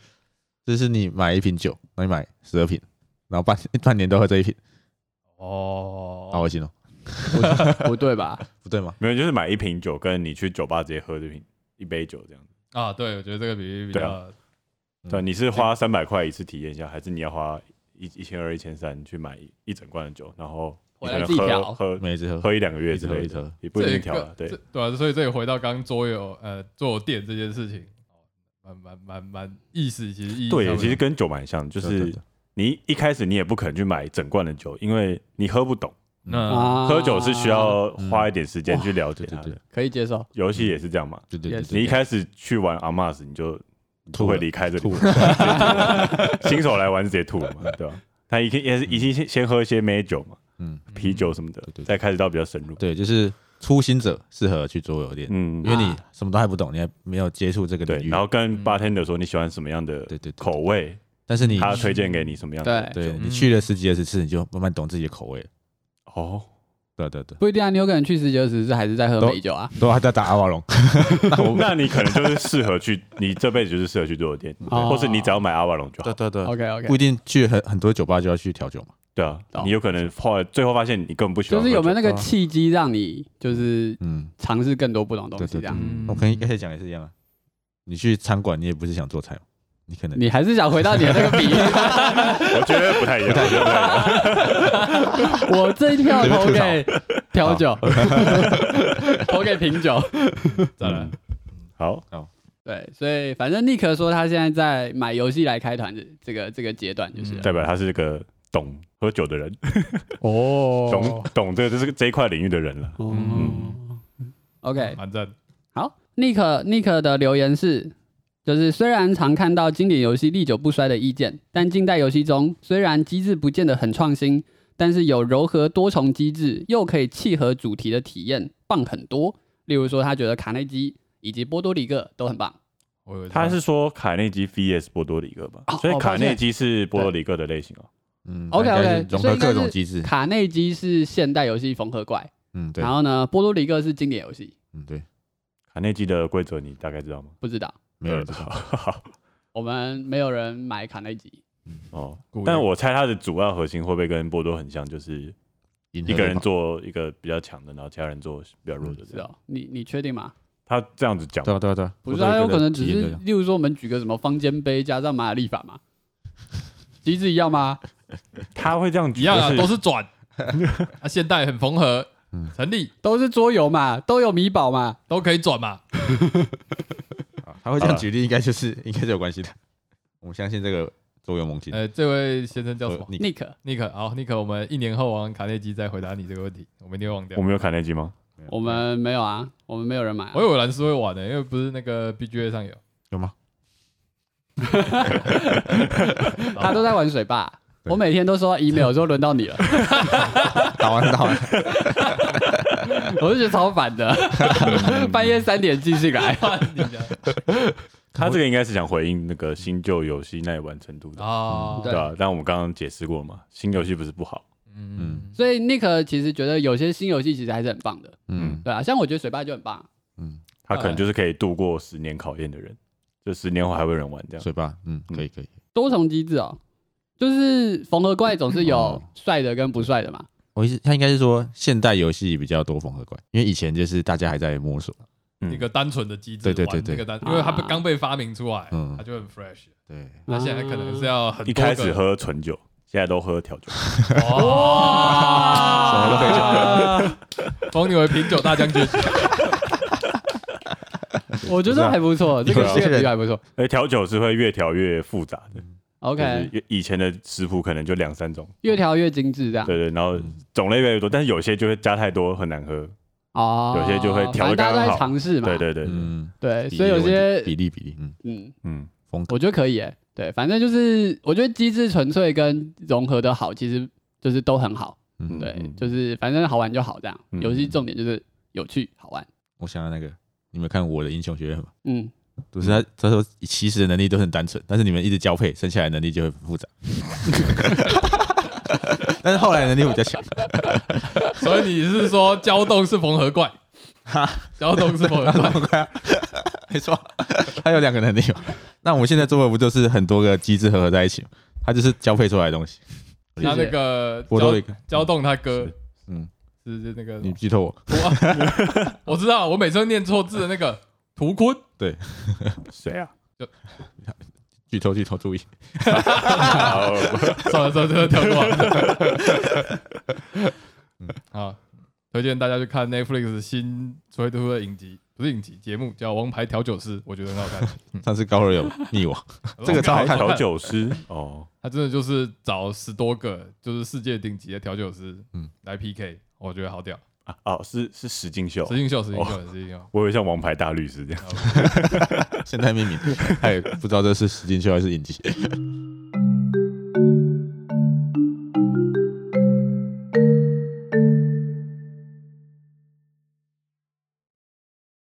S4: 这是你买一瓶酒，那你买十二瓶，然后半 半年都喝这一瓶，好
S1: 哦，
S4: 恶心哦，
S3: 不不对吧？
S4: 不对吗？
S2: 没有，就是买一瓶酒，跟你去酒吧直接喝这瓶一杯酒这样子。
S1: 啊，对，我觉得这个比喻比
S2: 对
S1: 较
S2: 对，啊你是花三百块一次体验一下，还是你要花一一千二、一千三去买一一整罐的酒，然后你可能
S3: 回来自己
S2: 喝
S3: 调
S2: 喝
S4: 每一次喝，
S2: 喝一两个月之类
S4: 一直喝一直
S2: 的
S4: 喝，
S2: 也不一
S1: 这
S2: 定
S1: 一
S2: 调
S1: 个
S2: 了。对
S1: 这，对啊，所以这也回到刚刚桌游呃桌游店这件事情，哦，蛮蛮蛮蛮意思其实意义
S2: 对
S1: 上，
S2: 其实跟酒蛮像，就
S4: 对对
S2: 是
S4: 对
S2: 你一开始你也不可能去买整罐的酒，因为你喝不懂，
S1: 那
S3: 啊，
S2: 喝酒是需要花一点时间
S3: 嗯
S2: 去了解
S4: 对对
S2: 它
S4: 对
S2: 的。
S3: 可以接受。
S2: 游戏也是这样嘛，
S4: 对对
S3: 也
S4: 对
S3: 是
S4: 对，
S2: 你一开始去玩阿玛斯，你就不
S4: 吐
S2: 会
S4: 了
S2: 离开这里
S4: 吐。
S2: 新手来玩直接吐了嘛，对吧？他一定也是一定先先喝一些美酒嘛，
S4: 嗯，
S2: 啤酒什么的
S4: 对对，
S2: 再开始到比较深入。
S4: 对，就是初心者适合去桌游店，
S2: 嗯
S4: 因，为你什么都还不懂，你还没有接触这个
S2: 对
S4: 领，域
S2: 然。后跟 bartender 说你喜欢什么样的
S4: 对对对
S2: 口味，
S4: 但是你
S2: 他推荐给你什么样的嗯
S3: 对
S4: 对
S1: 酒
S4: 你去了十几二十次，你就慢慢懂自己的口味了。
S2: 哦，
S4: 对啊对啊对啊，
S3: 不一定啊，你有可能去十九十是还是在喝
S4: 都
S3: 美酒啊。
S4: 都还在打阿瓦 隆，
S2: 那你可能就是适合去，你这辈子就是适合去做的店，
S3: 哦
S2: 或是你只要买阿瓦隆就好
S4: 对。对对，
S3: OK OK，
S4: 不一定去很很多酒吧就要去调酒嘛，
S2: 对啊
S3: 懂，
S2: 你有可能后来最后发现你根本不喜欢
S3: 就
S2: 喝酒，
S3: 是有没有那个
S4: 啊
S3: 契机让你就是
S4: 嗯，
S3: 尝试更多不同的东西？
S4: 对对
S3: 这样，
S1: 嗯
S4: 我跟一开始讲也是一样啊，你去餐馆你也不是想做菜嘛，哦你可能
S3: 你还是想回到你的那个比喻。
S2: 我觉得不太一样，我觉得不太一样。
S3: 我这一票投
S4: 准备
S3: 给调酒， 投给品酒。
S1: 嗯再来，
S2: 好，
S3: 对，所以反正尼克说他现在在买游戏来开团的这个这个阶段，就是了
S2: 代表他是个懂喝酒的人，懂嗯
S1: 哦，
S2: 懂这个就是这一块领域的人了。
S3: 哦，OK，
S1: 嗯蛮赞，
S3: 好尼克尼克的留言是。就是虽然常看到经典游戏历久不衰的意见，但近代游戏中虽然机制不见得很创新，但是有柔和多重机制又可以契合主题的体验棒很多。例如说，他觉得卡内基以及波多黎各都很棒。
S1: 我以为
S2: 他是说卡内基 VS 波多黎各吧
S3: 哦，
S2: 所以
S3: 哦
S2: 卡
S3: 抱歉
S2: 内基是波多黎各的类型哦。
S4: 嗯
S3: OK，OK，
S4: 它应该是融
S3: 所以
S4: 合
S3: 应该
S4: 各
S3: 是
S4: 种机制，
S3: 卡内基是现代游戏缝合怪，
S4: 嗯对
S3: 然，后呢，波多黎各是经典游戏，
S4: 嗯对，
S2: 卡内基的规则你大概知道吗？
S3: 不知道。
S4: 没有人知道，
S2: 道
S3: 我们没有人买卡内基，
S2: 哦
S1: 鼓励。
S2: 但我猜他的主要核心会不会跟波多很像，就是
S4: 一
S2: 一个人做一个比较强的，然后其他人做比较弱的这
S3: 是
S2: 样。
S3: 哦？你你确定吗？
S2: 他这样子讲
S4: 对啊对啊对啊，
S3: 不是，他有可能只
S4: 体验
S3: 是
S4: 这样，
S3: 例如说我们举个什么方尖碑加上玛雅历法嘛，机制一样吗？
S2: 他会这样
S1: 一样啊，
S2: 就
S1: 都是 转，啊，现代很缝合，
S2: 嗯
S1: 成立
S3: 都是桌游嘛，都有米宝嘛。
S1: 都可以转嘛，
S4: 啊他会这样举例，应该就是应该是有关系的，我相信这个桌游萌
S2: 嗯
S4: 新，
S1: 呃，这位先生叫什
S4: 呃
S1: 么
S4: 你
S3: Nick，
S1: ？Nick，好，Nick，我们一年后玩卡内基再回答你这个问题，我们一定会忘掉
S2: 我。们有卡内基吗？
S3: 我们没有啊，我们没有人买啊、
S1: 我以为蓝是会玩的，因为不是那个 BGA 上有，
S4: 有吗？
S3: 他都在玩水坝。我每天都收到 email 说轮到你了，
S4: 打完 了打完了，
S3: 我就觉得超烦的，
S2: 嗯
S3: 半夜三点寄信来，
S2: 啊他这个应该是想回应那个新旧游戏耐玩程度的，
S1: 啊，
S2: 对吧？但我们刚刚解释过嘛，新游戏不是不好，
S1: 嗯，
S3: 所以 Nick 其实觉得有些新游戏其实还是很棒的，
S4: 嗯
S3: 对啊，像我觉得水坝就很棒啊，
S4: 嗯，
S2: 他
S1: 哎
S2: 可能就是可以度过十年考验的人，就十年后还会有人玩这样。
S4: 水吧，嗯可以可以，
S3: 多重机制哦，就是缝合怪总是有
S4: 哦
S3: 帅的跟不帅的嘛。
S4: 我意思他应该是说现代游戏比较多缝合怪，因为以前就是大家还在摸索，
S2: 嗯
S1: 一个单纯的机制，
S4: 对对对
S1: 玩
S4: 对
S1: 那个单，
S2: 啊
S1: 因为它不刚被发明出来，
S4: 嗯
S1: 它就很 fresh。
S4: 对，
S1: 那现在可能是要很
S2: 一
S1: 多个
S2: 开始喝纯酒，现在都喝调酒，
S1: 哇，
S4: 什么都可以
S1: 封你为品酒大将军，
S3: 我觉得还不错，这
S4: 不是
S3: 个
S4: 啊
S3: 这个比喻还不错。
S2: 而调酒是会越调越复杂的。就是
S3: OK，
S2: 越以前的食谱可能就两三种，
S3: 越调越精致这样。
S2: 对对，然后
S1: 嗯
S2: 种类越来越多，但是有些就会加太多，很难喝。
S3: 哦，
S2: 有些就会调
S3: 反正
S2: 得
S3: 大
S2: 刚
S3: 家
S2: 刚
S3: 都
S2: 好
S3: 在尝试嘛。
S2: 对对对，对
S4: 嗯，
S3: 对，
S4: 比
S3: 所以
S4: 例
S3: 有
S4: 的问题
S3: 些
S4: 比例比例，嗯，
S3: 嗯，
S2: 嗯，
S4: 风格
S3: 我觉得可以耶。对，反正就是我觉得机制纯粹跟融合的好，其实就是都很好。
S4: 嗯
S3: 对，
S2: 嗯
S3: 就是反正好玩就好这样。
S2: 嗯
S3: 游戏重点就是有趣好玩。
S4: 我想到那个，你们看我的英雄学院吗？
S3: 嗯，
S4: 就是他，他说其实的能力都很单纯，但是你们一直交配，生下来能力就会很复杂。 但是后来能力比较强，
S1: 所以你是说胶动是缝合怪？胶动是缝合 怪，
S4: 啊没错，他有两个能力嘛。那我们现在做的不就是很多个机制合合在一起吗？他就是交配出来的东西。
S1: 他那个
S4: 波多黎
S1: 胶
S4: 各，
S1: 胶动他哥，
S4: 嗯，
S1: 是是那个
S4: 你剧透我，
S1: 我知道，我每次都念错字的那个图坤，
S2: 谁 啊？
S4: 剧透剧透，注意。
S2: 好
S1: 算了算了，这个跳过了。 嗯好，推荐大家去看 Netflix 新推出的影集，不是影集节目，叫《王牌调酒师》，我觉得很好看。
S4: 上次高二有密我， 这个超好看
S2: 调，酒师哦，
S1: 他真的就是找十多个就是世界顶级的调酒师，嗯
S4: 嗯，
S1: 来 PK，我觉得好屌。
S2: 啊哦，是是石敬秀
S1: 石，敬秀，石敬
S4: 哦
S1: 秀，石敬秀。
S2: 我以为像王牌大律师这样。
S4: 现代命名，哎，不知道这是实境秀还是影集。